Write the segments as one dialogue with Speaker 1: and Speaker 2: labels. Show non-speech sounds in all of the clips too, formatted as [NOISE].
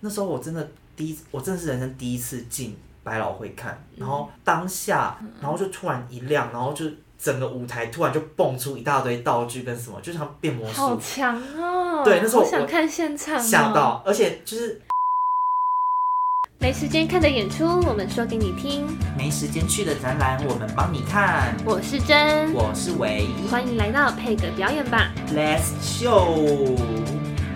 Speaker 1: 那时候我真的第一次，我真的是人生第一次进百老汇看，
Speaker 2: 嗯
Speaker 1: 然后当下，然后就突然一亮，然后就整个舞台突然就蹦出一大堆道具跟什么，就像变魔
Speaker 2: 好
Speaker 1: 术，
Speaker 2: 强哦！
Speaker 1: 对那时候
Speaker 2: 好想
Speaker 1: 我
Speaker 2: 看现场、哦，
Speaker 1: 吓到，而且就是
Speaker 2: 没时间看的演出，我们说给你听。
Speaker 1: 没时间去的展览，我们帮你看。
Speaker 2: 我是真，
Speaker 1: 我是唯
Speaker 2: 欢迎来到配个表演吧。
Speaker 1: Let's show。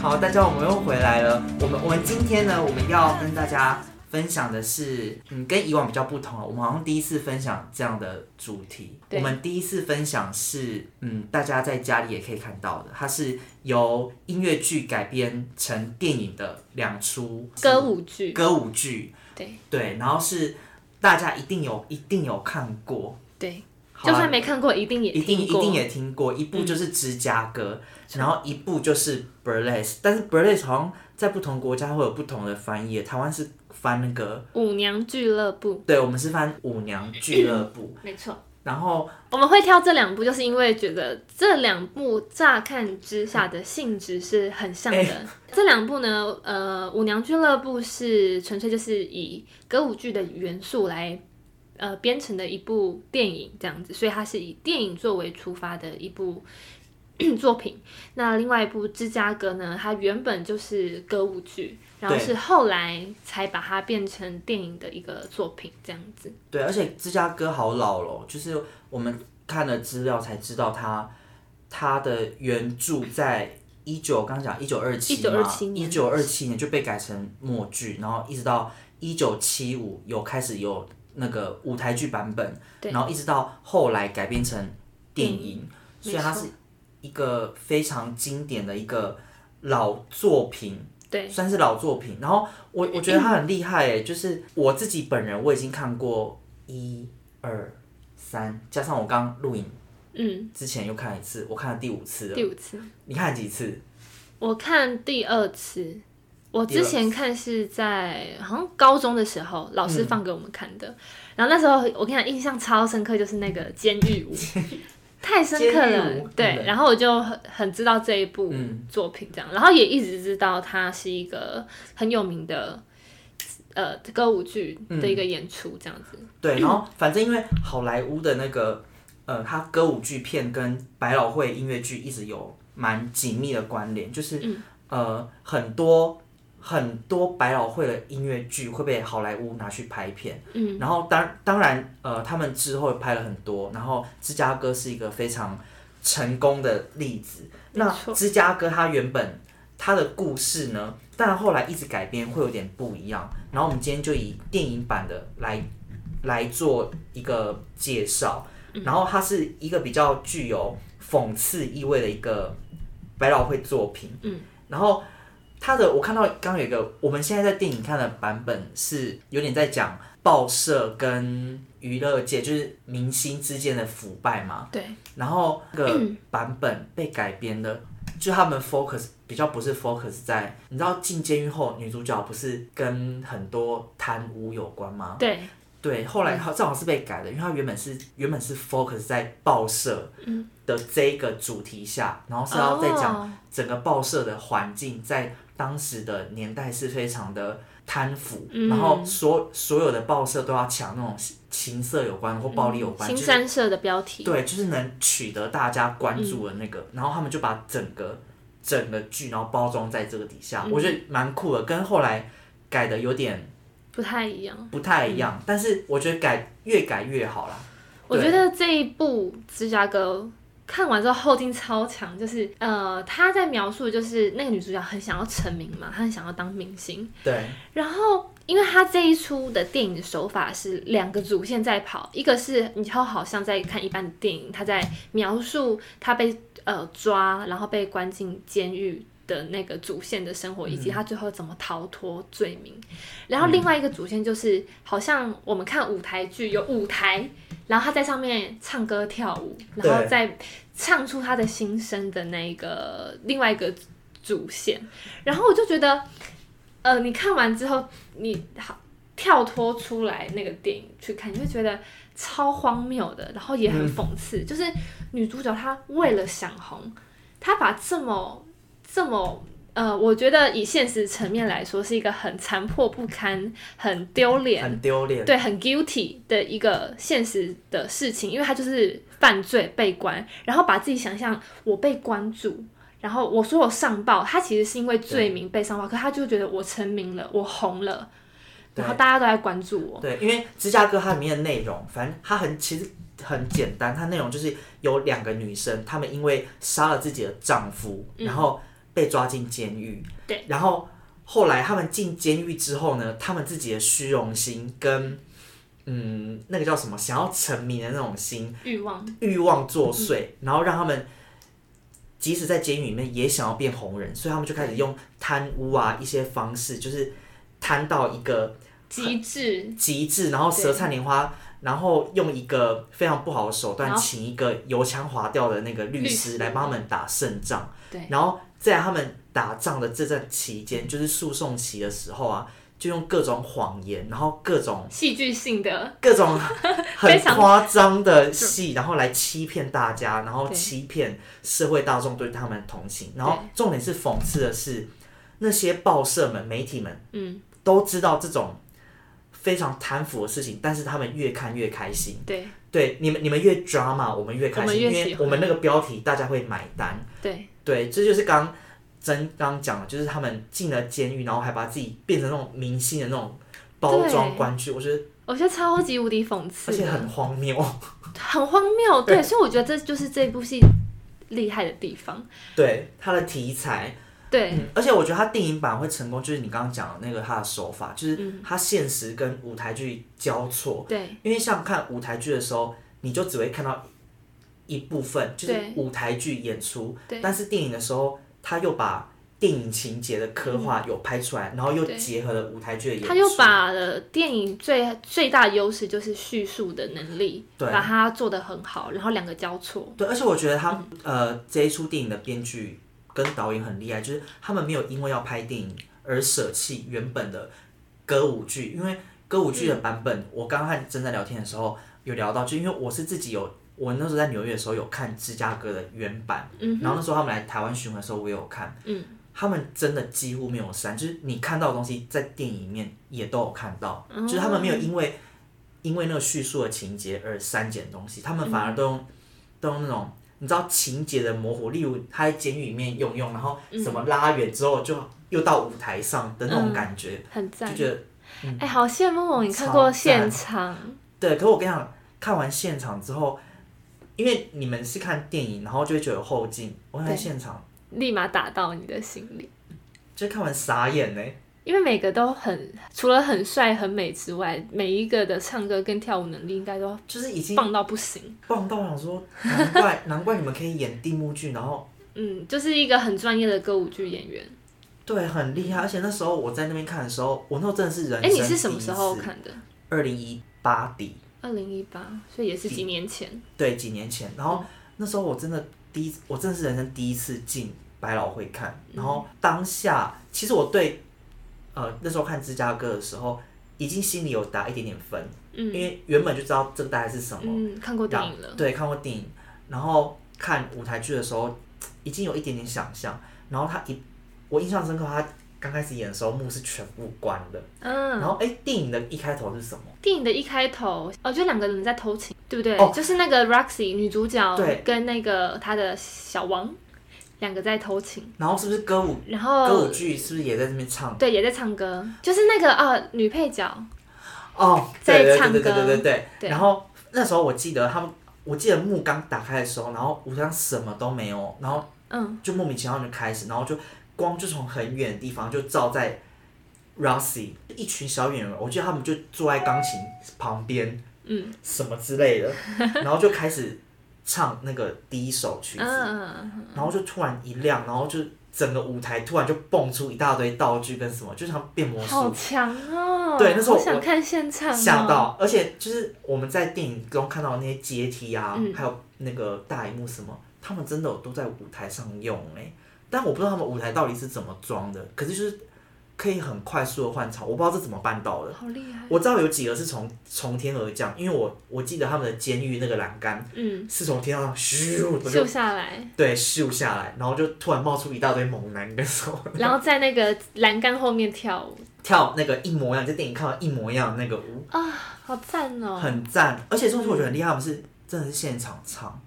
Speaker 1: 好，大家我们又回来了。我们我们今天呢，我们要跟大家分享的是，嗯，跟以往比较不同了。我们好像第一次分享这样的主题。
Speaker 2: 对
Speaker 1: 我们第一次分享是，嗯，大家在家里也可以看到的，它是由音乐剧改编成电影的两出
Speaker 2: 歌舞剧，
Speaker 1: 歌舞剧。
Speaker 2: 对
Speaker 1: 对，然后是大家一定有一定有看过，
Speaker 2: 对，
Speaker 1: 好啊
Speaker 2: 就
Speaker 1: 啦
Speaker 2: 算没看过，一定也
Speaker 1: 一定
Speaker 2: 听
Speaker 1: 一
Speaker 2: 过。嗯
Speaker 1: 定也听过，一部就是芝加哥，然后一部就是 burlesque，但是 burlesque 好像在不同国家会有不同的翻译，台湾是翻那个，
Speaker 2: 舞娘俱乐部，
Speaker 1: 对我们是翻舞娘俱乐部，
Speaker 2: 没错。
Speaker 1: 然后
Speaker 2: 我们会挑这两部，就是因为觉得这两部乍看之下的性质是很像的。
Speaker 1: 哎
Speaker 2: 这两部呢，呃，《舞娘俱乐部》是纯粹就是以歌舞剧的元素来呃编成的一部电影，这样子，所以它是以电影作为出发的一部 [CLEARS THROAT] 作品。那另外一部《芝加哥》呢，它原本就是歌舞剧，然后
Speaker 1: 对
Speaker 2: 是后来才把它变成电影的一个作品，这样子。
Speaker 1: 对，而且芝加哥好老了，就是我们看了资料才知道它它的原著在一九刚讲一九二七
Speaker 2: 1927
Speaker 1: 一
Speaker 2: 年
Speaker 1: 九二七年就被改成默剧，然后一直到一九七五有开始有那个舞台剧版本，
Speaker 2: 对
Speaker 1: 然后一直到后来改编成电影，
Speaker 2: 没
Speaker 1: 所以它
Speaker 2: 错
Speaker 1: 是一个非常经典的一个老作品。
Speaker 2: 对，
Speaker 1: 算是老作品。然后我我觉得他很厉害诶，就是我自己本人我已经看过一二三，加上我刚录影
Speaker 2: 嗯，
Speaker 1: 之前又看了一次，我看了第五次了。
Speaker 2: 第五次。
Speaker 1: 你看了几次？
Speaker 2: 我看第二次，我
Speaker 1: 第二
Speaker 2: 之前看是在好像高中的时候，老师放给我们看的。然后那时候我跟你讲，印象超深刻，就是那个监狱舞，太深刻
Speaker 1: 监狱舞
Speaker 2: 了。对
Speaker 1: 嗯，
Speaker 2: 然后我就很很知道这一部
Speaker 1: 嗯
Speaker 2: 作品这样，然后也一直知道它是一个很有名的。呃，歌舞剧的
Speaker 1: 嗯
Speaker 2: 一个演出这样子，
Speaker 1: 对，然后反正因为好莱坞的那个呃，它歌舞剧片跟百老汇音乐剧一直有蛮紧密的关联，就是、呃很多。很多百老汇的音乐剧会被好莱坞拿去拍片，
Speaker 2: 嗯，
Speaker 1: 然后当当然，呃，他们之后拍了很多，然后芝加哥是一个非常成功的例子。
Speaker 2: 没
Speaker 1: 那
Speaker 2: 错
Speaker 1: 芝加哥它原本它的故事呢，但后来一直改编会有点不一样。然后我们今天就以电影版的来来做一个介绍，
Speaker 2: 嗯
Speaker 1: 然后它是一个比较具有讽刺意味的一个百老汇作品。
Speaker 2: 嗯，
Speaker 1: 然后他的我看到刚刚有一个，我们现在在电影看的版本是有点在讲报社跟娱乐界，就是明星之间的腐败嘛。
Speaker 2: 对，
Speaker 1: 然后那个版本被改编的，就他们 focus 比较不是 focus 在，你知道进监狱后女主角不是跟很多贪污有关吗？
Speaker 2: 对，
Speaker 1: 对，后
Speaker 2: 嗯
Speaker 1: 来好，正好是被改的，因为它原本是原本是 focus 在报社的这个主题下，然后是要再
Speaker 2: 哦
Speaker 1: 讲整个报社的环境在当时的年代是非常的贪腐，
Speaker 2: 嗯
Speaker 1: 然后所所有的报社都要抢那种情色有关或暴力有关，
Speaker 2: 嗯新
Speaker 1: 就是
Speaker 2: 三社的标题，
Speaker 1: 对，就是能取得大家关注的那个，然后他们就把整个整个剧然后包装在这个底下，我觉得蛮酷的，跟后来改的有点。
Speaker 2: 不太一样。
Speaker 1: 不太一样，但是我觉得改越改越好啦。
Speaker 2: 我
Speaker 1: 对
Speaker 2: 觉得这一部《芝加哥》看完之后后劲超强，就是呃，他在描述就是那个女主角很想要成名嘛，她很想要当明星，
Speaker 1: 对，
Speaker 2: 然后。因为她这一出的电影手法是两个主线在跑，一个是你就好像在看一般的电影，她在描述她被呃抓，然后被关进监狱的那个主线的生活，以及她最后怎么逃脱罪名。然后另外一个主线就是，好像我们看舞台剧有舞台，然后他在上面唱歌跳舞，
Speaker 1: 对
Speaker 2: 然后再唱出他的心声的那个另外一个主线。然后我就觉得，呃，你看完之后，你好跳脱出来那个电影去看，你会觉得超荒谬的，然后也很讽刺，就是女主角她为了想红，她把这么这么呃，我觉得以现实层面来说，是一个很残破不堪、很丢脸、
Speaker 1: 很丢脸。
Speaker 2: 对，很 guilty 的一个现实的事情，因为他就是犯罪被关，然后把自己想象我被关注，然后我说我上报，他其实是因为罪名被上报，可他就觉得我成名了，我红了，
Speaker 1: 对
Speaker 2: 然后大家都在关注我，
Speaker 1: 对，因为芝加哥它里面的内容，反正它很其实很简单，它内容就是有两个女生，她们因为杀了自己的丈夫，然后被抓进监狱。
Speaker 2: 对，
Speaker 1: 然后后来她们进监狱之后呢，她们自己的虚荣心跟嗯那个叫什么想要成名的那种心
Speaker 2: 欲望，
Speaker 1: 欲望作祟，然后让他们。即使在监狱里面也想要变红人，所以他们就开始用贪污啊一些方式，就是贪到一个
Speaker 2: 极致，
Speaker 1: 极致，然后舌灿莲花，然后用一个非常不好的手段，
Speaker 2: 然后
Speaker 1: 请一个油腔滑调的那个律
Speaker 2: 律
Speaker 1: 师
Speaker 2: 师
Speaker 1: 来帮他们打胜仗。
Speaker 2: 对，
Speaker 1: 然后在他们打仗的这段期间，就是诉讼期的时候啊，就用各种谎言，然后各种
Speaker 2: 戏剧性的，
Speaker 1: 各
Speaker 2: [LAUGHS]
Speaker 1: 种很
Speaker 2: 非常
Speaker 1: 夸张的戏，然后来欺骗大家，然后
Speaker 2: 对
Speaker 1: 欺骗社会大众对他们的同情。然后
Speaker 2: 对
Speaker 1: 重点是讽刺的是，那些报社们、媒体们
Speaker 2: 嗯，
Speaker 1: 都知道这种非常贪腐的事情，但是他们越看越开心。
Speaker 2: 对
Speaker 1: 对，你们你们越 drama，我们越开
Speaker 2: 我
Speaker 1: 心，
Speaker 2: 们越
Speaker 1: 因
Speaker 2: 喜
Speaker 1: 为
Speaker 2: 欢
Speaker 1: 我们那个标题大家会买单。
Speaker 2: 对
Speaker 1: 对，这就是刚真刚讲的，就是他们进了监狱，然后还把自己变成那种明星的那种包装
Speaker 2: 对
Speaker 1: 官去，我觉得
Speaker 2: 我觉得超级无敌讽
Speaker 1: 而
Speaker 2: 刺的，
Speaker 1: 且很荒谬。
Speaker 2: 很荒谬，对，
Speaker 1: 对
Speaker 2: 所以我觉得这就是这部戏厉害的地方，
Speaker 1: 对它的题材，
Speaker 2: 对，
Speaker 1: 嗯，而且我觉得它电影版会成功，就是你刚刚讲的那个它的手法，就是它现实跟舞台剧交错，
Speaker 2: 嗯对，
Speaker 1: 因为像看舞台剧的时候，你就只会看到一部分，就是
Speaker 2: 对
Speaker 1: 舞台剧演出
Speaker 2: 对。
Speaker 1: 但是电影的时候，他又把电影情节的刻画有拍出来，然后又
Speaker 2: 嗯对
Speaker 1: 结合了舞台剧的演出。
Speaker 2: 他又把了电影最最大的优势就是叙述的能力，
Speaker 1: 对
Speaker 2: 把它做得很好，然后两个交错，
Speaker 1: 对，而且我觉得他呃这一出电影的编剧跟导演很厉害，就是他们没有因为要拍电影而舍弃原本的歌舞剧，因为歌舞剧的版本，我刚刚和真在聊天的时候有聊到，就因为我是自己有。我那时候在纽约的时候有看芝加哥的原版，
Speaker 2: 嗯
Speaker 1: 然后那时候他们来台湾巡回的时候我也有看，
Speaker 2: 嗯，
Speaker 1: 他们真的几乎没有删，就是你看到的东西在电影里面也都有看到，
Speaker 2: 哦
Speaker 1: 就是他们没有因为因为那个叙述的情节而删减东西，他们反而都
Speaker 2: 嗯
Speaker 1: 用、都用那种你知道情节的模糊，例如他在监狱里面用用，然后
Speaker 2: 嗯
Speaker 1: 什么拉远之后就又到舞台上的那种感觉，
Speaker 2: 很嗯赞
Speaker 1: 就，嗯觉得
Speaker 2: 哎、好羡慕哦！你看过现场，
Speaker 1: 对。可我跟你讲，看完现场之后，因为你们是看电影，然后就会觉得有后劲，我看
Speaker 2: 对
Speaker 1: 现场
Speaker 2: 立马打到你的心里，
Speaker 1: 就看完傻眼呢、
Speaker 2: 因为每个都很，除了很帅很美之外，每一个的唱歌跟跳舞能力应该都
Speaker 1: 就是已经
Speaker 2: 棒到不行。
Speaker 1: 棒到我想说，难怪 [LAUGHS] 难怪你们可以演地幕剧，然后
Speaker 2: 嗯，就是一个很专业的歌舞剧演员。
Speaker 1: 对，很厉害。而且那时候我在那边看的时候，我那时候真的是人
Speaker 2: 哎、
Speaker 1: 生
Speaker 2: 你是什么时候看的？
Speaker 1: 二零一八底，
Speaker 2: 二零一八，所以也是几年前。
Speaker 1: 对，几年前。然后那时候我真的第一次，我真的是人生第一次进百老汇看。然后当下，其实我对呃那时候看芝加哥的时候，已经心里有打一点点分，因
Speaker 2: 嗯
Speaker 1: 为原本就知道这个大概是什么。
Speaker 2: 嗯，看过电影了。
Speaker 1: 对，看过电影，然后看舞台剧的时候，已经有一点点想象。然后他一，我印象深刻，他刚开始演的时候幕是全部关的。
Speaker 2: 嗯
Speaker 1: 然，后哎，电影的一开头是什么？
Speaker 2: 电影的一开头，哦，就两个人在偷情，对不对？
Speaker 1: 哦
Speaker 2: 就是那个 Roxy 女主角
Speaker 1: 对
Speaker 2: 跟那个她的小王，两个在偷情，
Speaker 1: 然后是不是歌舞
Speaker 2: 然
Speaker 1: 歌
Speaker 2: 后
Speaker 1: 舞剧是不是也在这边唱？
Speaker 2: 对也在唱歌，就是那个啊女配角，
Speaker 1: 哦，
Speaker 2: 在
Speaker 1: 对对
Speaker 2: 唱
Speaker 1: 对对对
Speaker 2: 歌
Speaker 1: 对对
Speaker 2: 对
Speaker 1: 然后那时候我记得他们，我记得幕刚打开的时候，然后舞台上什么都没有，然后
Speaker 2: 嗯，
Speaker 1: 就莫名其妙就开始，然后就光就从很远的地方就照在 Rossi 一群小演员，我记得他们就坐在钢琴旁边，
Speaker 2: 嗯，
Speaker 1: 什么之类的，然后就开始唱那个第一首曲
Speaker 2: 嗯
Speaker 1: 子，
Speaker 2: 嗯嗯
Speaker 1: 然后就突然一亮，然后就整个舞台突然就蹦出一大堆道具跟什么，就像变魔
Speaker 2: 嗯，好
Speaker 1: 术，
Speaker 2: 强哦！
Speaker 1: 对那时候
Speaker 2: 好
Speaker 1: 我
Speaker 2: 想看现场、哦，
Speaker 1: 吓到，而且就是我们在电影中看到的那些阶梯啊，
Speaker 2: 嗯
Speaker 1: 还有那个大荧幕什么，他们欸真的有都在舞台上用哎、但我不知道他们舞台到底是怎么装的，可是就是可以很快速的换场，我不知道这怎么办到的。
Speaker 2: 好厉害，
Speaker 1: 我知道有几个是从从天而降，因为我我记得他们的监狱那个栏杆
Speaker 2: 嗯，
Speaker 1: 是从天上咻的
Speaker 2: 秀
Speaker 1: 就
Speaker 2: 下来，
Speaker 1: 对咻下来，然后就突然冒出一大堆猛男跟什么
Speaker 2: 然后在那个栏杆后面跳舞
Speaker 1: 跳那个一模一样，在电影看到一模一样的那个舞，
Speaker 2: 啊，好赞哦！
Speaker 1: 很赞。而且重点是我觉得很厉害，他们是真的是现场唱，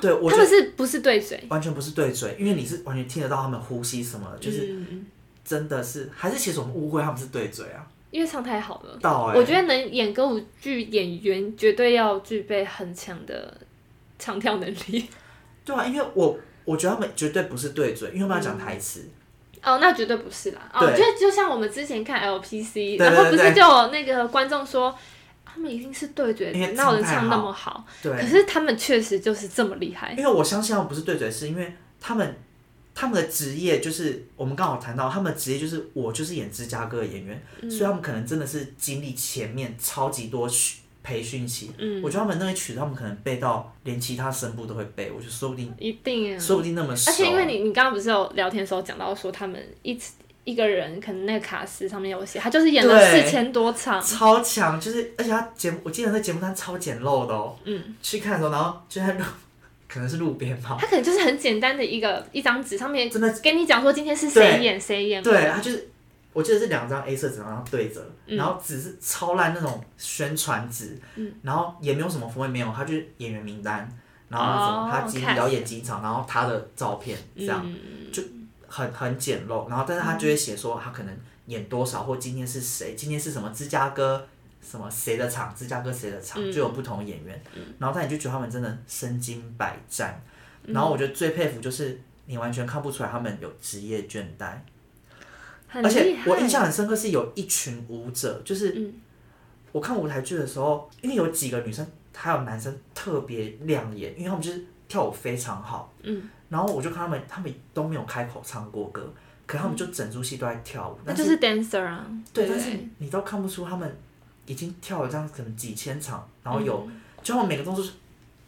Speaker 1: 对我
Speaker 2: 他
Speaker 1: 觉得
Speaker 2: 们是不是对嘴？
Speaker 1: 完全不是对嘴，因为你是完全听得到他们呼吸什么的，就是
Speaker 2: 嗯
Speaker 1: 真的是还是其实我们误会他们是对嘴啊，
Speaker 2: 因为唱太好了。
Speaker 1: 到哎、
Speaker 2: 我觉得能演歌舞剧演员绝对要具备很强的唱跳能力。 [LAUGHS]
Speaker 1: 对啊，因为我我觉得他们绝对不是对嘴，因为他们要讲台词。
Speaker 2: 哦，那绝对不是啦。哦，
Speaker 1: 对
Speaker 2: 就就像我们之前看 LPC，
Speaker 1: 对对
Speaker 2: 然后不
Speaker 1: 对
Speaker 2: 是就有那个观众说，他们一定是对嘴
Speaker 1: 因为，
Speaker 2: 哪有
Speaker 1: 唱
Speaker 2: 人
Speaker 1: 太
Speaker 2: 唱那
Speaker 1: 好
Speaker 2: 么好？
Speaker 1: 对，
Speaker 2: 可是他们确实就是这么厉害。
Speaker 1: 因为我相信他们不是对嘴，是因为他们他们的职业就是我们刚好谈到，他们的职业就是我就是演芝加哥的演员，
Speaker 2: 嗯
Speaker 1: 所以他们可能真的是经历前面超级多训培训期。
Speaker 2: 嗯，
Speaker 1: 我觉得他们那个曲子，他们可能背到连其他声部都会背，我觉得说不定
Speaker 2: 一定啊。
Speaker 1: 说不定那么熟。
Speaker 2: 而且因为你你刚刚不是有聊天的时候讲到说他们一起一个人可能那个卡司上面有写，他就是演了
Speaker 1: 对
Speaker 2: 四千多场，
Speaker 1: 超强，就是而且他节目，我记得那节目单超简陋的哦。
Speaker 2: 嗯，
Speaker 1: 去看的时候，然后就在路， [LAUGHS] 可能是路边吧，
Speaker 2: 他可能就是很简单的一个一张纸上面
Speaker 1: 真的
Speaker 2: 跟你讲说今天是谁
Speaker 1: 对
Speaker 2: 演谁演，
Speaker 1: 对，它就是我记得是两张 A 色纸，然后对折，
Speaker 2: 嗯
Speaker 1: 然后纸是超烂那种宣传纸，
Speaker 2: 嗯
Speaker 1: 然后也没有什么封面，没有，它就是演员名单，然后什么
Speaker 2: 哦
Speaker 1: 他几
Speaker 2: 看
Speaker 1: 表演几场，然后他的照片这样，
Speaker 2: 嗯
Speaker 1: 很很简陋，然后但是他就会写说他可能演多少，或今天是谁，今天是什么芝加哥。什么谁的场，芝加哥谁的场，
Speaker 2: 嗯
Speaker 1: 就有不同的演员，然后但你就觉得他们真的身经百战，
Speaker 2: 嗯
Speaker 1: 然后我觉得最佩服就是你完全看不出来他们有职业倦怠，
Speaker 2: 很
Speaker 1: 而且
Speaker 2: 厉害。
Speaker 1: 我印象很深刻是有一群舞者，就是
Speaker 2: 嗯
Speaker 1: 我看舞台剧的时候，因为有几个女生还有男生特别亮眼，因为他们就是跳舞非常好。
Speaker 2: 嗯，
Speaker 1: 然后我就看他们，他们都没有开口唱过歌，可他们就整出戏都在跳舞。
Speaker 2: 嗯那
Speaker 1: 但
Speaker 2: 就是是 dancer 啊，
Speaker 1: 对，
Speaker 2: 不
Speaker 1: 但是你都看不出他们已经跳了这样可能几千场，然
Speaker 2: 嗯
Speaker 1: 后有、就他们每个动作是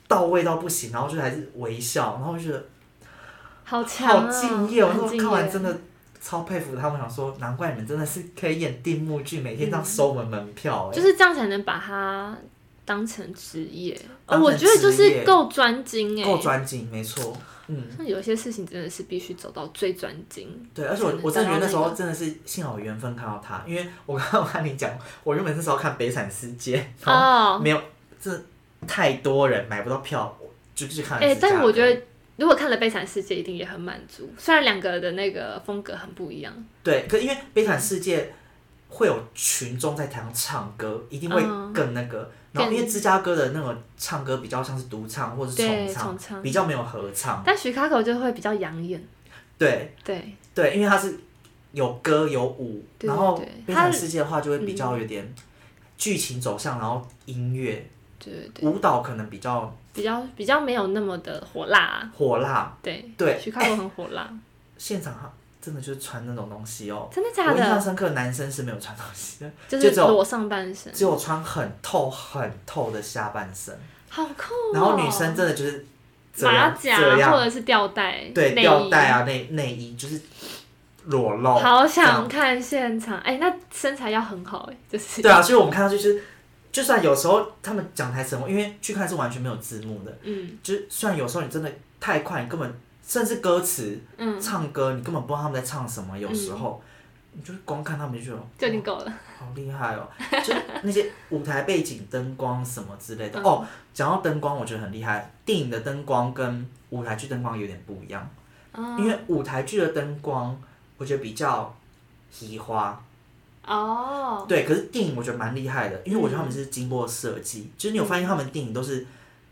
Speaker 1: 到位到不行，然后就还是微笑，然后我就觉得
Speaker 2: 好强
Speaker 1: 好
Speaker 2: 啊，
Speaker 1: 敬业哦！
Speaker 2: 很
Speaker 1: 我
Speaker 2: 敬
Speaker 1: 看完真
Speaker 2: 业。
Speaker 1: 的超佩服他们，想说难怪你们真的是可以演定目剧，每天这样收我们门票、哎、
Speaker 2: 就是这样才能把它当成职业，哦，
Speaker 1: 当成
Speaker 2: 我觉得就
Speaker 1: 职
Speaker 2: 是
Speaker 1: 业
Speaker 2: 够专精哎、
Speaker 1: 够专精，没错，嗯，
Speaker 2: 那有些事情真的是必须走到最专精。
Speaker 1: 对，而且我我真的觉得那时候真的是幸好有缘分看到他，因为我刚刚我跟你讲，我原本那时候看《悲惨世界》，然后
Speaker 2: 哦，
Speaker 1: 没有，这太多人买不到票，我就去看了
Speaker 2: 哎、
Speaker 1: 芝加哥。
Speaker 2: 但我觉得如果看了《悲惨世界》，一定也很满足。虽然两个的那个风格很不一样，
Speaker 1: 对，可因为《悲惨世界》会有群众在台上唱歌，一定会
Speaker 2: 嗯
Speaker 1: 更那个。然后因为芝加哥的那个唱歌比较像是独唱或是
Speaker 2: 对，
Speaker 1: 重唱
Speaker 2: 重，唱。
Speaker 1: 比较没有合唱。
Speaker 2: 但徐卡口就会比较养眼，
Speaker 1: 对
Speaker 2: 对，
Speaker 1: 对，因为它是有歌有舞，
Speaker 2: 对
Speaker 1: 然后
Speaker 2: 对
Speaker 1: 悲
Speaker 2: 它
Speaker 1: 惨世界的话就会比较有点剧情走向，然后音乐、
Speaker 2: 对对对，
Speaker 1: 舞蹈可能比较
Speaker 2: 比较比较没有那么的火辣、啊
Speaker 1: 火辣。
Speaker 2: 对
Speaker 1: 对
Speaker 2: 徐卡口很火辣，
Speaker 1: 现场哈真的就是穿那种东西哦。
Speaker 2: 真的
Speaker 1: 我
Speaker 2: 假
Speaker 1: 印象
Speaker 2: 的？
Speaker 1: 深刻，男生是没有穿东西的，
Speaker 2: 就
Speaker 1: 就是只有
Speaker 2: 裸上半身，
Speaker 1: 只有穿很透很透的下半身。
Speaker 2: 好酷、哦。
Speaker 1: 然后女生真的就是这
Speaker 2: 马
Speaker 1: 样
Speaker 2: 甲
Speaker 1: 这
Speaker 2: 或
Speaker 1: 样，
Speaker 2: 者是吊带，
Speaker 1: 对
Speaker 2: 内衣
Speaker 1: 吊带。啊哦内内衣就是裸露，
Speaker 2: 好
Speaker 1: 这
Speaker 2: 想
Speaker 1: 样
Speaker 2: 看现场，哎、那身材要很好、哎，就是
Speaker 1: 对啊，所以我们看到就是，就算有时候他们讲台词，因为去看是完全没有字幕的，
Speaker 2: 嗯
Speaker 1: 就是虽然有时候你真的太快，你根本甚至歌词、
Speaker 2: 嗯，
Speaker 1: 唱歌，你根本不知道他们在唱什么，有时候。你就是光看他们就觉得
Speaker 2: 就已经够了。
Speaker 1: 好厉害哦，就是那些舞台背景、灯光什么之类的。
Speaker 2: 嗯
Speaker 1: 哦，讲到灯光，我觉得很厉害。电影的灯光跟舞台剧灯光有点不一样。
Speaker 2: 嗯
Speaker 1: 因为舞台剧的灯光，我觉得比较移花，
Speaker 2: 哦，
Speaker 1: 对。可是电影我觉得蛮厉害的，因为我觉得他们是经过设计，
Speaker 2: 嗯
Speaker 1: 就是你有发现他们电影都是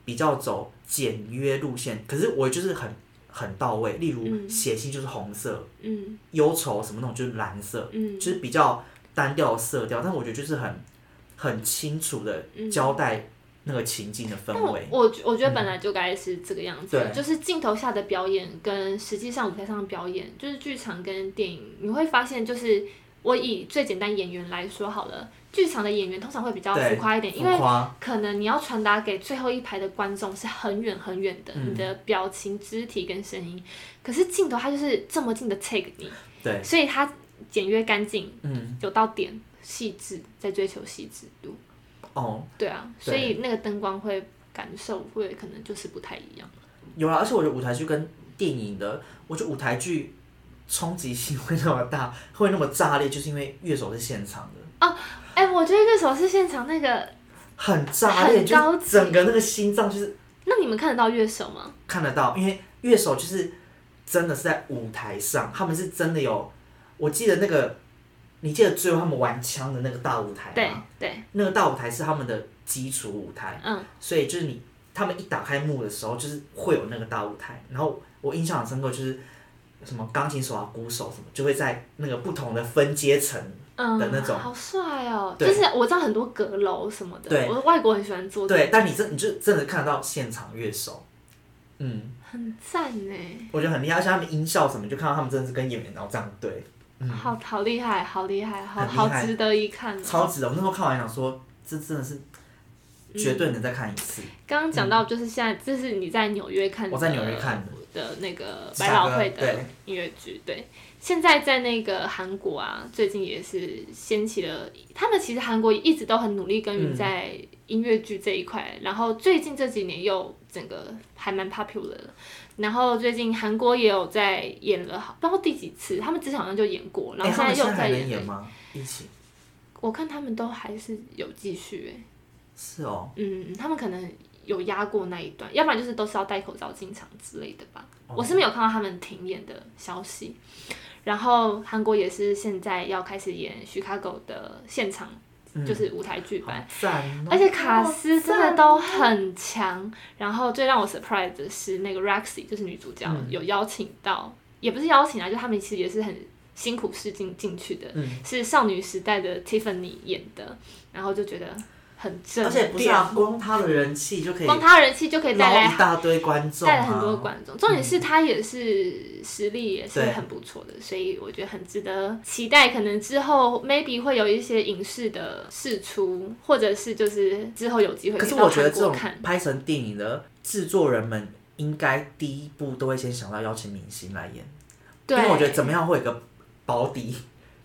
Speaker 1: 比较走简约路线，可是我就是很很到位。例如
Speaker 2: 嗯
Speaker 1: 血腥就是红色，
Speaker 2: 嗯
Speaker 1: 忧愁什么那种就是蓝色，
Speaker 2: 嗯，
Speaker 1: 就是比较单调的色调，但我觉得就是很很清楚的
Speaker 2: 嗯
Speaker 1: 交代那个情境的氛
Speaker 2: 但我
Speaker 1: 围。
Speaker 2: 我我觉得本来就该是这个样子，
Speaker 1: 对
Speaker 2: 就是镜头下的表演跟实际上舞台上的表演，就是剧场跟电影，你会发现就是我以最简单演员来说好了，剧场的演员通常会比较
Speaker 1: 对
Speaker 2: 浮夸一点，因为
Speaker 1: 浮夸，
Speaker 2: 可能你要传达给最后一排的观众是很远很远的，
Speaker 1: 嗯
Speaker 2: 你的表情、肢体跟声音，可是镜头它就是这么近的 take 你，
Speaker 1: 对
Speaker 2: 所以它简约干净，
Speaker 1: 嗯，
Speaker 2: 有到点，细致，在追求细致度。
Speaker 1: 哦，
Speaker 2: 对啊，
Speaker 1: 对
Speaker 2: 所以那个灯光会感受会可能就是不太一样。
Speaker 1: 有啦，而且我觉得舞台剧跟电影的，我觉得舞台剧冲击性会那么大，会那么炸裂，就是因为乐手是现场的，
Speaker 2: 哎、我觉得乐手是现场那个，
Speaker 1: 很炸裂，
Speaker 2: 很高
Speaker 1: 就
Speaker 2: 级
Speaker 1: 是整个那个心脏就是
Speaker 2: 那你们看得到乐手吗？
Speaker 1: 看得到，因为乐手就是真的是在舞台上，他们是真的有，我记得那个，你记得最后他们玩枪的那个大舞台
Speaker 2: 对
Speaker 1: 吗？
Speaker 2: 对，
Speaker 1: 那个大舞台是他们的基础舞台，
Speaker 2: 嗯，
Speaker 1: 所以就是你他们一打开幕的时候，就是会有那个大舞台。然后我印象很深刻，就是什么钢琴手啊、鼓手什么，就会在那个不同的分阶层。
Speaker 2: 嗯
Speaker 1: 的那种
Speaker 2: 好帅哦！
Speaker 1: 对
Speaker 2: 就是我知道很多阁楼什么的，
Speaker 1: 对
Speaker 2: 我外国很喜欢做这个，
Speaker 1: 对，但你真你就真的看得到现场乐手，嗯，
Speaker 2: 很赞哎，
Speaker 1: 我觉得很厉害，而且他们音效什么，就看到他们真的是跟演员然后这样对，
Speaker 2: 好好厉害，好厉害，好
Speaker 1: 嗯很厉
Speaker 2: 好
Speaker 1: 害
Speaker 2: 值得一看哦。
Speaker 1: 超值的。我那时候看完想说，这真的是绝对能再看一次。
Speaker 2: 刚刚讲到就是现在，这是你在纽约看的，
Speaker 1: 嗯我在纽约看的
Speaker 2: 的那个
Speaker 1: 芝
Speaker 2: 百
Speaker 1: 加
Speaker 2: 老
Speaker 1: 哥
Speaker 2: 汇的
Speaker 1: 对
Speaker 2: 音乐剧，对。现在在那个韩国啊，最近也是掀起了，他们其实韩国一直都很努力耕耘
Speaker 1: 嗯
Speaker 2: 在音乐剧这一块，然后最近这几年又整个还蛮 popular 的。然后最近韩国也有在演了，好不知道第几次，他们之前好像就演过，然
Speaker 1: 哎、
Speaker 2: 后
Speaker 1: 他
Speaker 2: 在
Speaker 1: 们现
Speaker 2: 又
Speaker 1: 在
Speaker 2: 在
Speaker 1: 还
Speaker 2: 演
Speaker 1: 能
Speaker 2: 了。
Speaker 1: 演吗？一起
Speaker 2: 我看他们都还是有继续、欸，
Speaker 1: 是哦，
Speaker 2: 嗯，他们可能有压过那一段，要不然就是都是要戴口罩进场之类的吧。
Speaker 1: 哦
Speaker 2: 我是没有看到他们停演的消息。然后韩国也是现在要开始演 Chicago 的现场，
Speaker 1: 嗯
Speaker 2: 就是舞台剧版。
Speaker 1: 赞哦、
Speaker 2: 而且卡斯真的都很强，然后最让我 surprise 的是那个 Roxy，就是女主角、
Speaker 1: 嗯
Speaker 2: 有邀请到，也不是邀请啊，就他们其实也是很辛苦试镜进去的，
Speaker 1: 嗯
Speaker 2: 是少女时代的 Tiffany 演的，然后就觉得很正
Speaker 1: 而
Speaker 2: 点，
Speaker 1: 且不是啊，光他的人气就可以
Speaker 2: 光他人气就可以带
Speaker 1: 捞一
Speaker 2: 来
Speaker 1: 大堆观众、啊，嗯
Speaker 2: 带来很多观众。重点是他也是实力也是很不错的，所以我觉得很值得期待。可能之后 maybe 会有一些影视的试出，或者是就是之后有机会
Speaker 1: 可是
Speaker 2: 可以到
Speaker 1: 我觉得
Speaker 2: 韩
Speaker 1: 这
Speaker 2: 国
Speaker 1: 种
Speaker 2: 看。
Speaker 1: 拍成电影的制作人们，应该第一步都会先想到邀请明星来演，因
Speaker 2: 对，
Speaker 1: 为我觉得怎么样会有一个保底，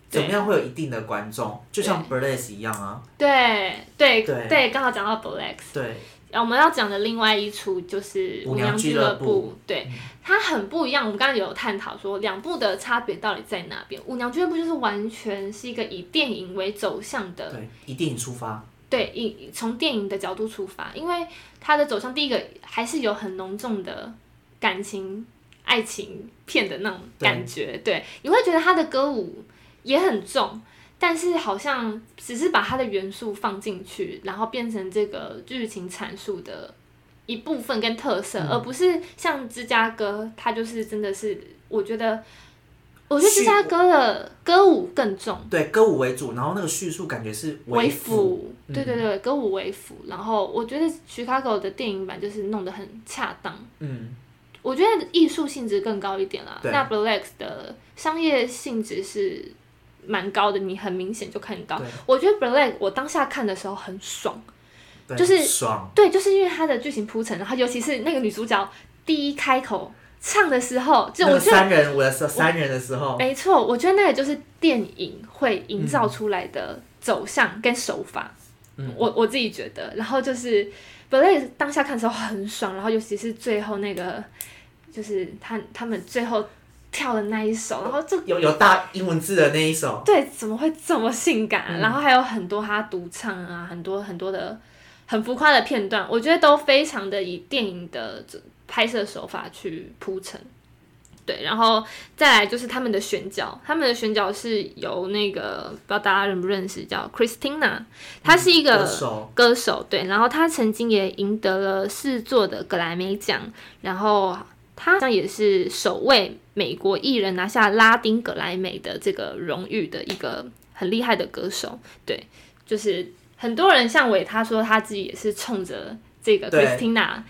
Speaker 2: 对嗯
Speaker 1: 怎么样会有一定的观众，就像 b l a z e 一样啊，
Speaker 2: 对对
Speaker 1: 对
Speaker 2: 对，刚好讲到 Black。
Speaker 1: 对，
Speaker 2: 然后我们要讲的另外一出就是《
Speaker 1: 舞
Speaker 2: 舞
Speaker 1: 娘
Speaker 2: 娘
Speaker 1: 俱
Speaker 2: 俱
Speaker 1: 乐
Speaker 2: 乐
Speaker 1: 部
Speaker 2: 部》，对，它很不一样。我们刚刚有探讨说两部的差别到底在哪边，《舞娘俱乐部》就是完全是一个以电影为走向的
Speaker 1: 对，以电影出发，
Speaker 2: 对，以从电影的角度出发，因为它的走向，第一个还是有很浓重的感情、爱情片的那种感觉，对，你会觉得他的歌舞也很重，但是好像只是把它的元素放进去，然后变成这个剧情阐述的一部分跟特色，而不是像芝加哥，它就是真的是，我觉得，我觉得芝
Speaker 1: 叙
Speaker 2: 加哥的歌舞更重。
Speaker 1: 对，歌舞为主，然后那个叙述感觉是
Speaker 2: 为
Speaker 1: 辅，嗯
Speaker 2: 辅，对对对，歌舞为辅。然后我觉得 Chicago 的电影版就是弄得很恰当，
Speaker 1: 嗯，
Speaker 2: 我觉得艺术性质更高一点啦。
Speaker 1: 对
Speaker 2: 那 Black 的商业性质是蛮高的，你很明显就看得到
Speaker 1: 对。
Speaker 2: 我觉得 Black 我当下看的时候很爽，
Speaker 1: 对，
Speaker 2: 就是
Speaker 1: 爽，
Speaker 2: 对，就是因为它的剧情铺陈，然后尤其是那个女主角第一开口唱的时候，就
Speaker 1: 那
Speaker 2: 我
Speaker 1: 个
Speaker 2: 觉得
Speaker 1: 三人舞的时候，三人的时候，
Speaker 2: 没错，我觉得那个就是电影会营造出来的走向跟手法，
Speaker 1: 嗯
Speaker 2: 我我自己觉得。然后就是本来当下看的时候很爽，然后尤其是最后那个，就是他他们最后跳的那一首，然后就
Speaker 1: 有有大英文字的那一首，
Speaker 2: 对，怎么会这么性感、啊然后还有很多他独唱啊，很多很多的很浮夸的片段，我觉得都非常的以电影的拍摄手法去铺陈。对，然后再来就是他们的选角，他们的选角是由那个不知道大家认不认识，叫 Christina，她是一个
Speaker 1: 歌手
Speaker 2: 歌手，对，然后她曾经也赢得了四座的格莱美奖，然后她好像也是首位美国艺人拿下拉丁格莱美的这个荣誉的一个很厉害的歌手，对，就是很多人像伟，他说他自己也是冲着这个
Speaker 1: 对
Speaker 2: Christina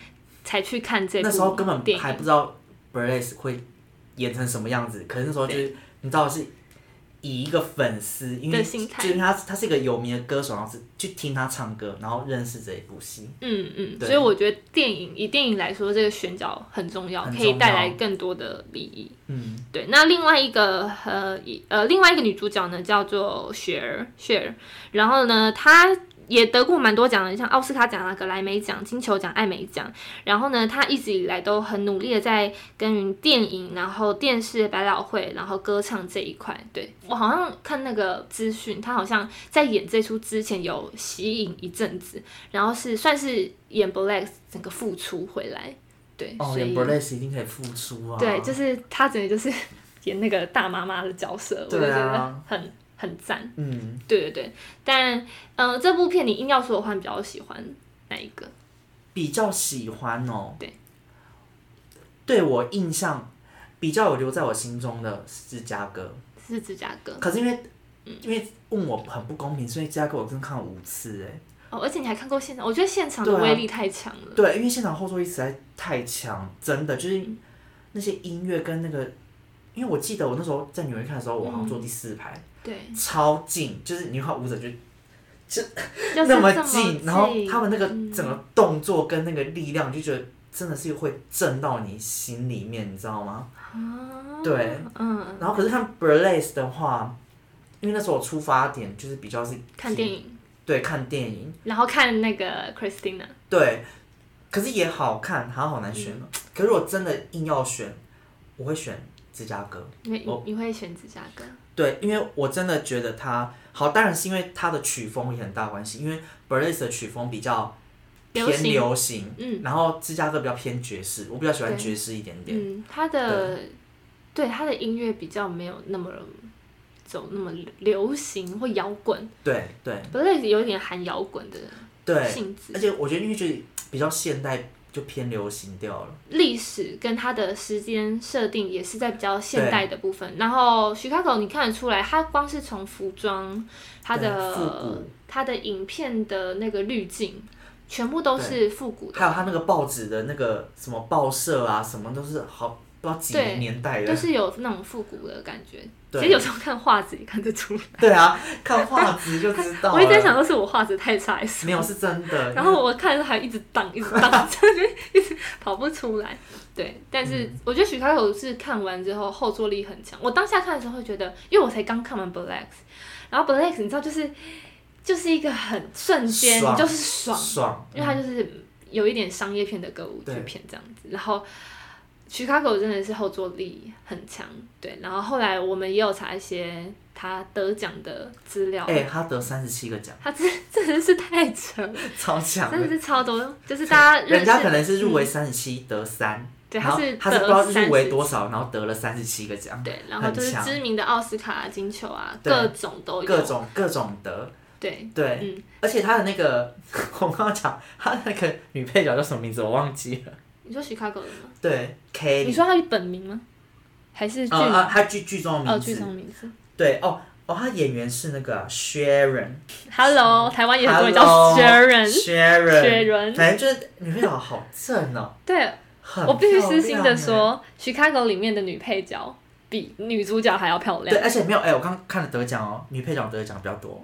Speaker 2: 才去看这部
Speaker 1: 那时候根本
Speaker 2: 电影
Speaker 1: 还不知道 b r a z e 会演成什么样子，可是那时候就是你知道是以一个粉丝，因为
Speaker 2: 的心态
Speaker 1: 就是他他是一个有名的歌手，然后是去听他唱歌，然后认识这一部戏。
Speaker 2: 嗯嗯，
Speaker 1: 对
Speaker 2: 所以我觉得电影以电影来说，这个选角很重要，
Speaker 1: 很
Speaker 2: 可以带来
Speaker 1: 重要
Speaker 2: 更多的利益。
Speaker 1: 嗯，
Speaker 2: 对，那另外一个呃一呃另外一个女主角呢叫做雪儿雪儿，然后呢她。也得过蛮多奖的，像奥斯卡奖啊、格莱美奖、金球奖、艾美奖。然后呢，她一直以来都很努力的在耕耘电影，然后电视、百老汇，然后歌唱这一块。对我好像看那个资讯，她好像在演这出之前有息影一阵子，然后是算是演 Black 整个复出回来。对，
Speaker 1: 哦，
Speaker 2: 所以
Speaker 1: 演 b r a c e 一定可以付出啊。
Speaker 2: 对，就是她整个就是演那个大妈妈的角色，我就
Speaker 1: 对
Speaker 2: 觉得
Speaker 1: 啊
Speaker 2: 很很赞。
Speaker 1: 嗯，
Speaker 2: 对对对，但呃，这部片你硬要说的话，你比较喜欢哪一个？
Speaker 1: 比较喜欢哦。
Speaker 2: 对，
Speaker 1: 对我印象比较有留在我心中的是芝加哥，
Speaker 2: 是芝加哥
Speaker 1: 可是因为
Speaker 2: 嗯
Speaker 1: 因为问我很不公平，所以芝加哥我真看了五次哎。
Speaker 2: 哦，而且你还看过现场，我觉得现场的
Speaker 1: 对啊
Speaker 2: 威力太强了。
Speaker 1: 对，因为现场后座力实在太强，真的就是那些音乐跟那个，因为我记得我那时候在纽约看的时候，我好像坐第四排，
Speaker 2: 对，
Speaker 1: 超近，就是你看舞者就
Speaker 2: 就是
Speaker 1: 那
Speaker 2: 这
Speaker 1: 么
Speaker 2: 近，
Speaker 1: 然后他们那个
Speaker 2: 嗯
Speaker 1: 整个动作跟那个力量，就觉得真的是会震到你心里面，你知道吗？
Speaker 2: 啊
Speaker 1: 对，
Speaker 2: 嗯，
Speaker 1: 然后可是看 burlesque 的话，因为那时候我出发点就是比较是
Speaker 2: 看电影，
Speaker 1: 对看电影，
Speaker 2: 然后看那个 Christina，
Speaker 1: 对，可是也好看，好好难选
Speaker 2: 嗯
Speaker 1: 哦。可是我真的硬要选，我会选芝加哥。
Speaker 2: 你会
Speaker 1: 我
Speaker 2: 你会选芝加哥？
Speaker 1: 对，因为我真的觉得他好，当然是因为他的曲风也很大关系，因为 burlesque 的曲风比较偏
Speaker 2: 流行
Speaker 1: 流行，
Speaker 2: 嗯
Speaker 1: 然后芝加哥比较偏爵士，我比较喜欢
Speaker 2: 对
Speaker 1: 爵士一点点。
Speaker 2: 嗯，他的对他的音乐比较没有那么走那么流行或摇滚，
Speaker 1: 对对
Speaker 2: 不是有点含摇滚的
Speaker 1: 对，
Speaker 2: 性质
Speaker 1: 而。且我觉得因为就是比较现代，就偏流行掉了。
Speaker 2: 历史跟它的时间设定也是在比较现代的部分。然后 Chicago 你看得出来，它光是从服装、它
Speaker 1: 对复
Speaker 2: 的
Speaker 1: 古
Speaker 2: 它的影片的那个滤镜，全部都是复古的，
Speaker 1: 还有他那个报纸的那个什么报社啊，什么都是好不知道几
Speaker 2: 对
Speaker 1: 零年代
Speaker 2: 就
Speaker 1: 的。
Speaker 2: 是有那种复古的感觉。其
Speaker 1: 对
Speaker 2: 实有时候看画质也看得出来，
Speaker 1: 对啊，看画质就知道了。
Speaker 2: [LAUGHS] 我一直在想，都是我画质太差还是什么
Speaker 1: 没有是真的。
Speaker 2: 然后我看着还一直荡，一直荡， [LAUGHS] 真的就一直跑不出来。对，但是
Speaker 1: 嗯
Speaker 2: 我觉得许开口是看完之后后坐力很强。我当下看的时候会觉得，因为我才刚看完《Black》，然后《Black》你知道就是就是一个很瞬间
Speaker 1: 爽
Speaker 2: 就是爽，
Speaker 1: 爽，
Speaker 2: 因为它就是有一点商业片的歌舞剧
Speaker 1: 对
Speaker 2: 片这样子。然后 Chicago 真的是后坐力很强，对。然后后来我们也有查一些他得奖的资料，
Speaker 1: 哎、他得三十七个奖，
Speaker 2: 他真真的是太扯了。
Speaker 1: 超强的
Speaker 2: 真的。是超多，就是大家认
Speaker 1: 人家可
Speaker 2: 识，嗯
Speaker 1: 能是入围三十七得三，
Speaker 2: 对，
Speaker 1: 然
Speaker 2: 他
Speaker 1: 后
Speaker 2: 是
Speaker 1: 他是不知道
Speaker 2: 得
Speaker 1: 入围多
Speaker 2: 30，
Speaker 1: 少，然后得了三十七个奖，
Speaker 2: 对，然后就
Speaker 1: 很
Speaker 2: 是
Speaker 1: 强
Speaker 2: 知名的奥斯卡、金球啊，
Speaker 1: 对
Speaker 2: 各种都有，
Speaker 1: 各种各种得，
Speaker 2: 对，
Speaker 1: 对，
Speaker 2: 嗯，
Speaker 1: 而且他的那个 [LAUGHS] 我刚刚讲他那个女配角叫什么名字我忘记了，
Speaker 2: 你说 Chicago 的吗？
Speaker 1: 对
Speaker 2: 你
Speaker 1: ，K，
Speaker 2: 说他的本名吗？还是剧
Speaker 1: 呃呃，他剧剧中的
Speaker 2: 哦
Speaker 1: 名
Speaker 2: 剧
Speaker 1: 字，
Speaker 2: 中名字
Speaker 1: 对，哦哦，他演员是那个啊 Sharon，
Speaker 2: ？Hello，台湾也很多人叫
Speaker 1: Hello，
Speaker 2: Sharon，雪
Speaker 1: Sharon，
Speaker 2: 人，
Speaker 1: 反正就是女配角好正哦，
Speaker 2: 对
Speaker 1: 很
Speaker 2: 我必须私
Speaker 1: 漂
Speaker 2: 心
Speaker 1: 亮
Speaker 2: 的
Speaker 1: 哎。
Speaker 2: 说，Chicago 里面的女配角比女主角还要漂
Speaker 1: 对，
Speaker 2: 亮，
Speaker 1: 而且没有哎、我刚刚看了得奖哦，女配角得奖比较多，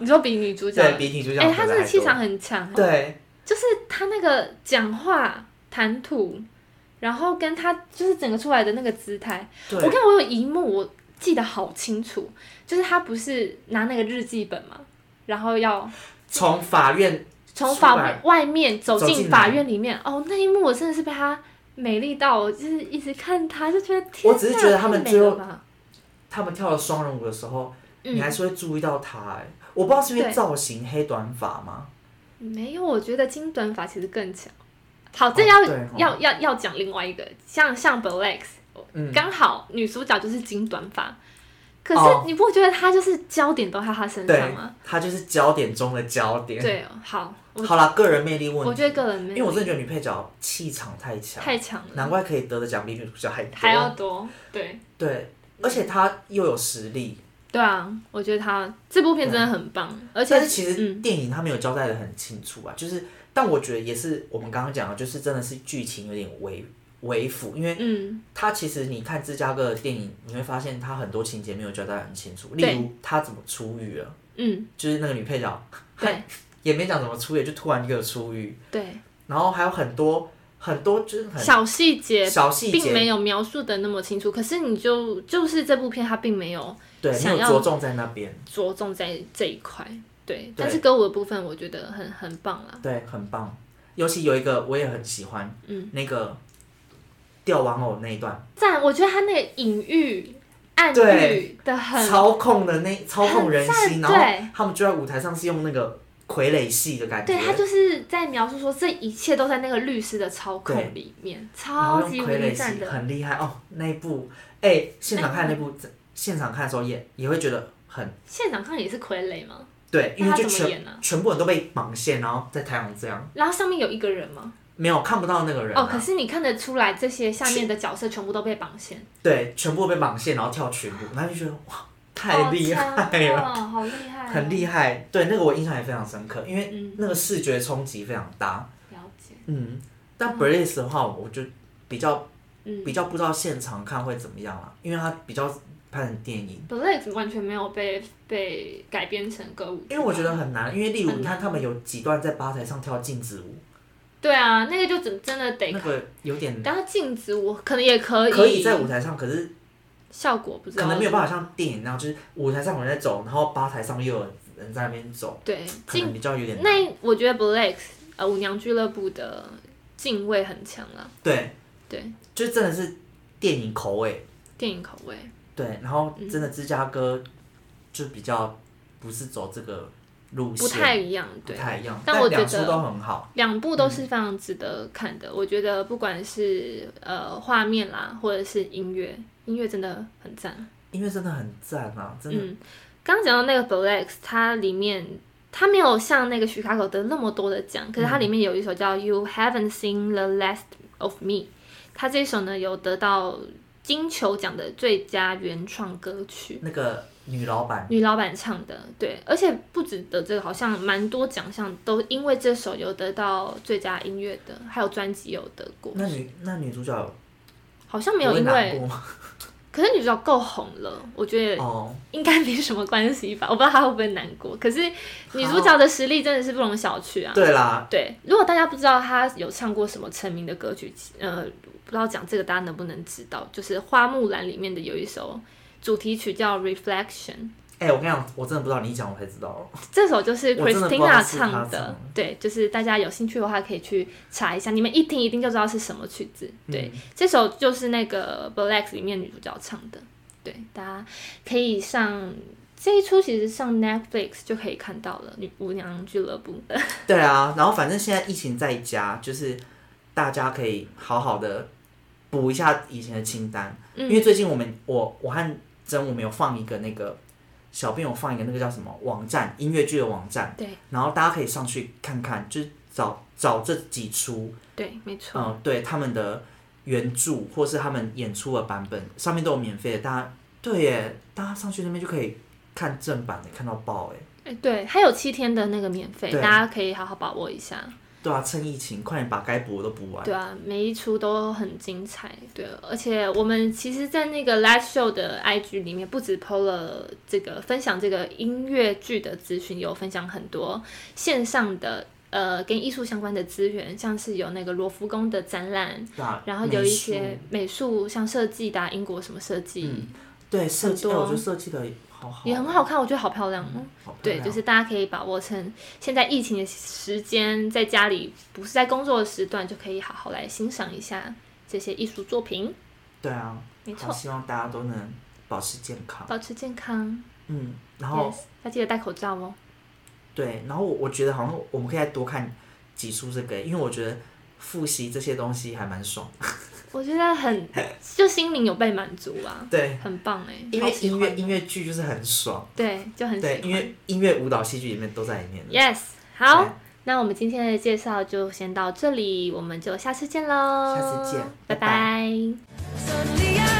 Speaker 2: 你说比女主角，
Speaker 1: 对比女主角
Speaker 2: 哎，
Speaker 1: 得
Speaker 2: 她
Speaker 1: 奖
Speaker 2: 真的
Speaker 1: 还
Speaker 2: 气
Speaker 1: 多
Speaker 2: 场很强哦，
Speaker 1: 对，
Speaker 2: 就是他那个讲话谈吐，然后跟他就是整个出来的那个姿态，
Speaker 1: 对
Speaker 2: 我看我有一幕我记得好清楚，就是他不是拿那个日记本嘛，然后要
Speaker 1: 从法院
Speaker 2: 从
Speaker 1: 出来
Speaker 2: 法外面走
Speaker 1: 走
Speaker 2: 进
Speaker 1: 进
Speaker 2: 法
Speaker 1: 来
Speaker 2: 院里面，哦，那一幕我真的是被他美丽到，我就是一直看他就觉得天
Speaker 1: 我只是觉得
Speaker 2: 哪
Speaker 1: 他们
Speaker 2: 太美
Speaker 1: 最后
Speaker 2: 了吧
Speaker 1: 他们跳了双人舞的时候，你
Speaker 2: 嗯
Speaker 1: 还是会注意到他、哎，我不知道是因
Speaker 2: 对
Speaker 1: 为造型黑短发吗？
Speaker 2: 没有，我觉得金短发其实更强。好，这
Speaker 1: 哦
Speaker 2: 要、
Speaker 1: 对哦
Speaker 2: 要要要讲另外一个，像像 Black，
Speaker 1: 嗯，
Speaker 2: 刚好女主角就是金短发，可
Speaker 1: 哦
Speaker 2: 是你不觉得她就是焦点都在她身上
Speaker 1: 对
Speaker 2: 吗？，
Speaker 1: 他就是焦点中的焦点。
Speaker 2: 对，好，我
Speaker 1: 好啦，个人魅力问题，
Speaker 2: 我觉得个人
Speaker 1: 因为
Speaker 2: 魅
Speaker 1: 我
Speaker 2: 力
Speaker 1: 真的觉得女配角气场太强，
Speaker 2: 太强了，
Speaker 1: 难怪可以得的奖比女主角还多。
Speaker 2: 还要多，对
Speaker 1: 对，而且她又有实力，
Speaker 2: 对啊，我觉得她这部片真的很棒，而且
Speaker 1: 啊但是其实
Speaker 2: 嗯
Speaker 1: 电影他没有交代的很清楚啊，就是，但我觉得也是我们刚刚讲的，就是真的是剧情有点违为辅，因为
Speaker 2: 嗯，
Speaker 1: 他其实你看芝加哥的电影，你会发现他很多情节没有交代得很清楚，例
Speaker 2: 对
Speaker 1: 如他怎么出狱了，
Speaker 2: 嗯，
Speaker 1: 就是那个女配角
Speaker 2: 对
Speaker 1: 也没讲怎么出狱，就突然一个出狱，
Speaker 2: 对，
Speaker 1: 然后还有很多很多就是很
Speaker 2: 小细节
Speaker 1: 小细
Speaker 2: 并没
Speaker 1: 节，
Speaker 2: 有描述的那么清楚，可是你就就是这部片它并没有
Speaker 1: 对，没
Speaker 2: 想
Speaker 1: 有
Speaker 2: 要
Speaker 1: 着重在那边，
Speaker 2: 着重在这一块，对，但是歌舞的部分我觉得很很棒啊啦，
Speaker 1: 对，很棒。尤其有一个我也很喜欢，
Speaker 2: 嗯，
Speaker 1: 那个吊玩偶那一段，
Speaker 2: 赞，我觉得他那个隐喻、暗
Speaker 1: 对
Speaker 2: 喻的很
Speaker 1: 操控的那操控人心，然
Speaker 2: 很赞
Speaker 1: 后
Speaker 2: 对
Speaker 1: 他们就在舞台上是用那个傀儡戏的感觉，
Speaker 2: 对他就是在描述说，这一切都在那个律师的操控里面，
Speaker 1: 然后
Speaker 2: 超
Speaker 1: 用
Speaker 2: 级无
Speaker 1: 傀儡
Speaker 2: 敌赞
Speaker 1: 戏
Speaker 2: 的。
Speaker 1: 很厉害哦。那一部，哎、现场看那部，现场看的时候也也会觉得很
Speaker 2: 现场看也是傀儡吗？
Speaker 1: 对，因为
Speaker 2: 那他
Speaker 1: 就
Speaker 2: 怎么
Speaker 1: 全
Speaker 2: 演呢、
Speaker 1: 全部人都被绑线，然后在台上这样，
Speaker 2: 然后上面有一个人吗？
Speaker 1: 没有看不到那个人、啊。
Speaker 2: 哦，可是你看得出来，这些下面的角色全部都被绑线，
Speaker 1: 对，全部被绑线，然后跳群舞，然后就觉得哇，太厉害
Speaker 2: 好
Speaker 1: 了，
Speaker 2: 强哦好厉害、
Speaker 1: 很厉害。对，那个我印象也非常深刻，因为
Speaker 2: 嗯，
Speaker 1: 那个视觉冲击非常大。
Speaker 2: 了解，
Speaker 1: 嗯，但 b r a c e 的话，我就比较
Speaker 2: 嗯
Speaker 1: 比较不知道现场看会怎么样啦，因为它比较拍成电影。
Speaker 2: ，Blade 完全没有被被改编成歌舞，
Speaker 1: 因为我觉得很难，因为例如
Speaker 2: 很
Speaker 1: 你
Speaker 2: 难
Speaker 1: 看他们有几段在吧台上跳镜子舞，
Speaker 2: 对啊，那个就真真的得
Speaker 1: 那，个有点
Speaker 2: 但他镜子我可能也可以，
Speaker 1: 可以在舞台上，可是
Speaker 2: 效果不知道，
Speaker 1: 可能没有办法像电影那样，就是舞台上有人在走，然后吧台上又有人在那边走，
Speaker 2: 对
Speaker 1: 可
Speaker 2: 镜
Speaker 1: 能比较有点难。
Speaker 2: 那我觉得 Blake 呃舞娘俱乐部的敬畏很强啦，
Speaker 1: 对，
Speaker 2: 对，
Speaker 1: 就真的是电影口味。
Speaker 2: 电影口味。
Speaker 1: 对，然后
Speaker 2: 嗯
Speaker 1: 真的芝加哥就比较不是走这个路线，
Speaker 2: 不太一样，
Speaker 1: 不
Speaker 2: 对，
Speaker 1: 太嗯一样，
Speaker 2: 但我觉
Speaker 1: 两出
Speaker 2: 得
Speaker 1: 都很好。
Speaker 2: 两部都是非常值得看的。我觉得不管是呃画面啦，或者是音乐，音乐真的很赞。
Speaker 1: 音乐真的很赞啊！真的，
Speaker 2: 嗯，刚刚讲到那个 Black，它里面它没有像那个徐卡口得那么多的奖，可是它
Speaker 1: 嗯
Speaker 2: 里面有一首叫《You Haven't Seen the Last of Me》，它这一首呢有得到金球奖的最佳原创歌曲。
Speaker 1: 那个女老板
Speaker 2: 嗯女老板唱的，对，而且不止得这个，好像蛮多奖项都因为这首有得到最佳音乐的，还有专辑有得过，
Speaker 1: 那女那女主角
Speaker 2: 好像没有
Speaker 1: 不会
Speaker 2: 因
Speaker 1: 难
Speaker 2: 为，
Speaker 1: 过吗？
Speaker 2: 可是女主角够红了，我觉得
Speaker 1: 哦，
Speaker 2: 应该没什么关系吧，我不知道她会不会难过，可是女主角的实力真的是不容小觑啊。
Speaker 1: 对啦，
Speaker 2: 对，如果大家不知道她有唱过什么成名的歌曲，呃，不知道讲这个大家能不能知道，就是《花木兰》里面的有一首主题曲叫《Reflection》，
Speaker 1: 哎、我跟你讲，我真的不知道，你一讲我才知道。
Speaker 2: 这首就是
Speaker 1: 我真的不知道
Speaker 2: Christina
Speaker 1: 是她
Speaker 2: 唱
Speaker 1: 唱
Speaker 2: 的
Speaker 1: 的，
Speaker 2: 对，就是大家有兴趣的话可以去查一下，你们一听一定就知道是什么曲子。
Speaker 1: 嗯
Speaker 2: 对，这首就是那个《Black》里面女主角唱的，对，大家可以上这一出，其实上 Netflix 就可以看到了《女舞娘俱乐部》
Speaker 1: [LAUGHS]
Speaker 2: 的。
Speaker 1: [LAUGHS] 对啊，然后反正现在疫情在家，就是大家可以好好的补一下以前的清单，
Speaker 2: 嗯
Speaker 1: 因为最近我们我我和真我们有放一个那个小编有放一个那个叫什么网站音乐剧的网站，
Speaker 2: 对
Speaker 1: 然后大家可以上去看看，就是找找这几出，
Speaker 2: 对，没错，
Speaker 1: 嗯，对他们的原著或是他们演出的版本，上面都有免费的，大家对耶，大家上去那边就可以看正版的，看到爆哎。
Speaker 2: 哎、对，还有七天的那个免费，
Speaker 1: 对
Speaker 2: 大家可以好好把握一下。
Speaker 1: 对啊，趁疫情，快点把该补的都补完。
Speaker 2: 对啊，每一出都很精彩。对，啊而且我们其实，在那个 live show 的 IG 里面，不止 PO 了这个分享这个音乐剧的资讯，有分享很多线上的呃跟艺术相关的资源，像是有那个罗浮宫的展览，
Speaker 1: 对啊，
Speaker 2: 然后有一
Speaker 1: 美术
Speaker 2: 些美术嗯像设计的、啊、英国什么设计、
Speaker 1: 对设计，
Speaker 2: 很
Speaker 1: 哎
Speaker 2: 多
Speaker 1: 我觉得设计的好好，
Speaker 2: 也很好看，我觉得好漂亮哦。
Speaker 1: 好漂
Speaker 2: 对，
Speaker 1: 亮
Speaker 2: 就是大家可以把握趁现在疫情的时间，在家里不是在工作的时段，就可以好好来欣赏一下这些艺术作品。
Speaker 1: 对啊，
Speaker 2: 没
Speaker 1: 好
Speaker 2: 错，
Speaker 1: 希望大家都能保持健康。
Speaker 2: 保持健康，
Speaker 1: 嗯，然后
Speaker 2: yes, 要记得戴口罩哦。
Speaker 1: 对，然后我我觉得好像我们可以再多看几出这个，因为我觉得复习这些东西还蛮爽。
Speaker 2: 我觉得
Speaker 1: [LAUGHS]
Speaker 2: 很，就心灵有被满足啦，
Speaker 1: 对，
Speaker 2: 很棒哎、
Speaker 1: 因
Speaker 2: 好
Speaker 1: 为
Speaker 2: 喜
Speaker 1: 音
Speaker 2: 欢
Speaker 1: 乐音乐剧就是很爽。
Speaker 2: 对，就很喜
Speaker 1: 对，
Speaker 2: 欢。
Speaker 1: 因为音乐、舞蹈、戏剧里面都在里面的。
Speaker 2: yes，好
Speaker 1: 对，
Speaker 2: 那我们今天的介绍就先到这里，我们就下次见喽，
Speaker 1: 下次见
Speaker 2: 拜
Speaker 1: 拜
Speaker 2: 拜
Speaker 3: Suddenly I